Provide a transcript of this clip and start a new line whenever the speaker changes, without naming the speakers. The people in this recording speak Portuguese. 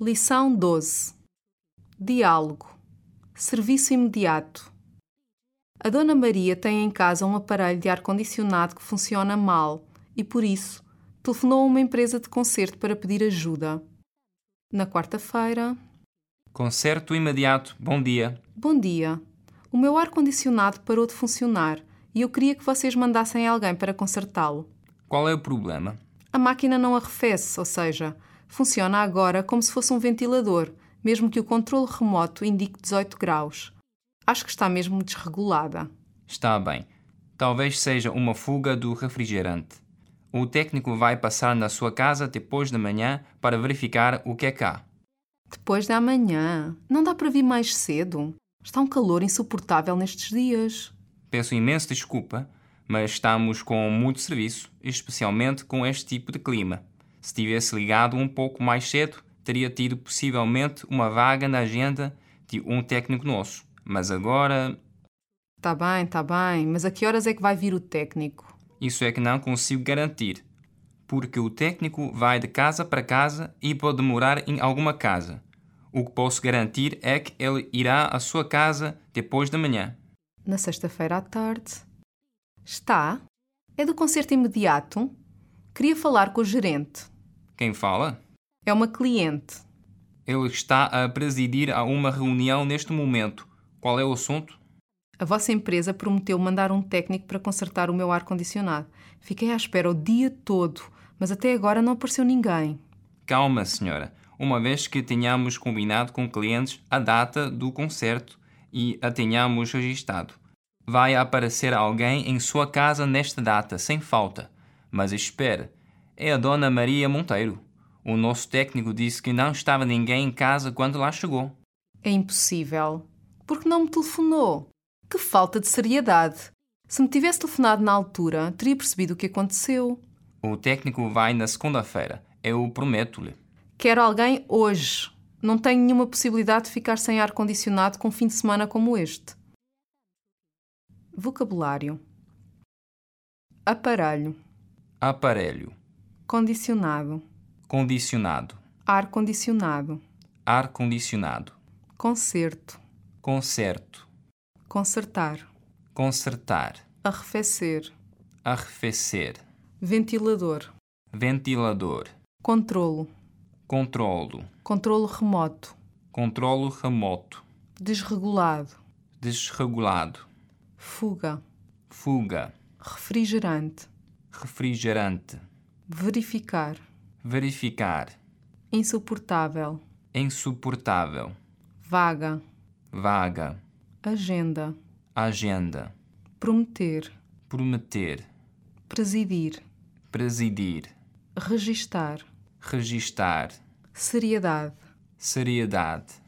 Lição 12 Diálogo Serviço imediato A Dona Maria tem em casa um aparelho de ar-condicionado que funciona mal e, por isso, telefonou a uma empresa de concerto para pedir ajuda. Na quarta-feira,
Concerto imediato. Bom dia.
bom dia. O meu ar-condicionado parou de funcionar e eu queria que vocês mandassem alguém para consertá-lo.
Qual é o problema?
A máquina não arrefece, ou seja, funciona agora como se fosse um ventilador, mesmo que o controle remoto indique 18 graus. Acho que está mesmo desregulada.
Está bem. Talvez seja uma fuga do refrigerante. O técnico vai passar na sua casa depois de manhã para verificar o que é cá.
Depois da manhã, não dá para vir mais cedo? Está um calor insuportável nestes dias.
Peço imenso desculpa, mas estamos com muito serviço, especialmente com este tipo de clima. Se tivesse ligado um pouco mais cedo, teria tido possivelmente uma vaga na agenda de um técnico nosso. Mas agora,
Tá bem, tá bem, mas a que horas é que vai vir o técnico?
isso é que não consigo garantir. Porque o técnico vai de casa para casa e pode morar em alguma casa. O que posso garantir é que ele irá à sua casa depois da manhã.
Na sexta-feira à tarde. Está? É do concerto imediato? Queria falar com o gerente.
Quem fala?
É uma cliente.
Ele está a presidir a uma reunião neste momento. Qual é o assunto?
A vossa empresa prometeu mandar um técnico para consertar o meu ar-condicionado. Fiquei à espera o dia todo, mas até agora não apareceu ninguém.
Calma, senhora. Uma vez que tenhamos combinado com clientes a data do concerto e a tenhamos registado, vai aparecer alguém em sua casa nesta data, sem falta. Mas espere, é a Dona Maria Monteiro. O nosso técnico disse que não estava ninguém em casa quando lá chegou.
É impossível. Porque não me telefonou? Que falta de seriedade! Se me tivesse telefonado na altura, teria percebido o que aconteceu.
O técnico vai na segunda-feira. Eu prometo-lhe.
Quero alguém hoje. Não tenho nenhuma possibilidade de ficar sem ar-condicionado com um fim de semana como este. Vocabulário: aparelho,
Aparelho.
condicionado,
Condicionado.
ar-condicionado,
Ar-condicionado.
concerto,
Concerto.
consertar,
Consertar.
arrefecer,
Arrefecer.
ventilador,
Ventilador.
controlo,
Controlo.
controlo remoto,
Controlo remoto.
desregulado,
Desregulado.
fuga,
Fuga.
refrigerante,
Refrigerante.
verificar,
Verificar.
insuportável,
Insuportável.
vaga,
Vaga.
agenda,
Agenda.
prometer,
Prometer.
presidir,
Presidir.
registar,
Registar.
seriedade,
Seriedade.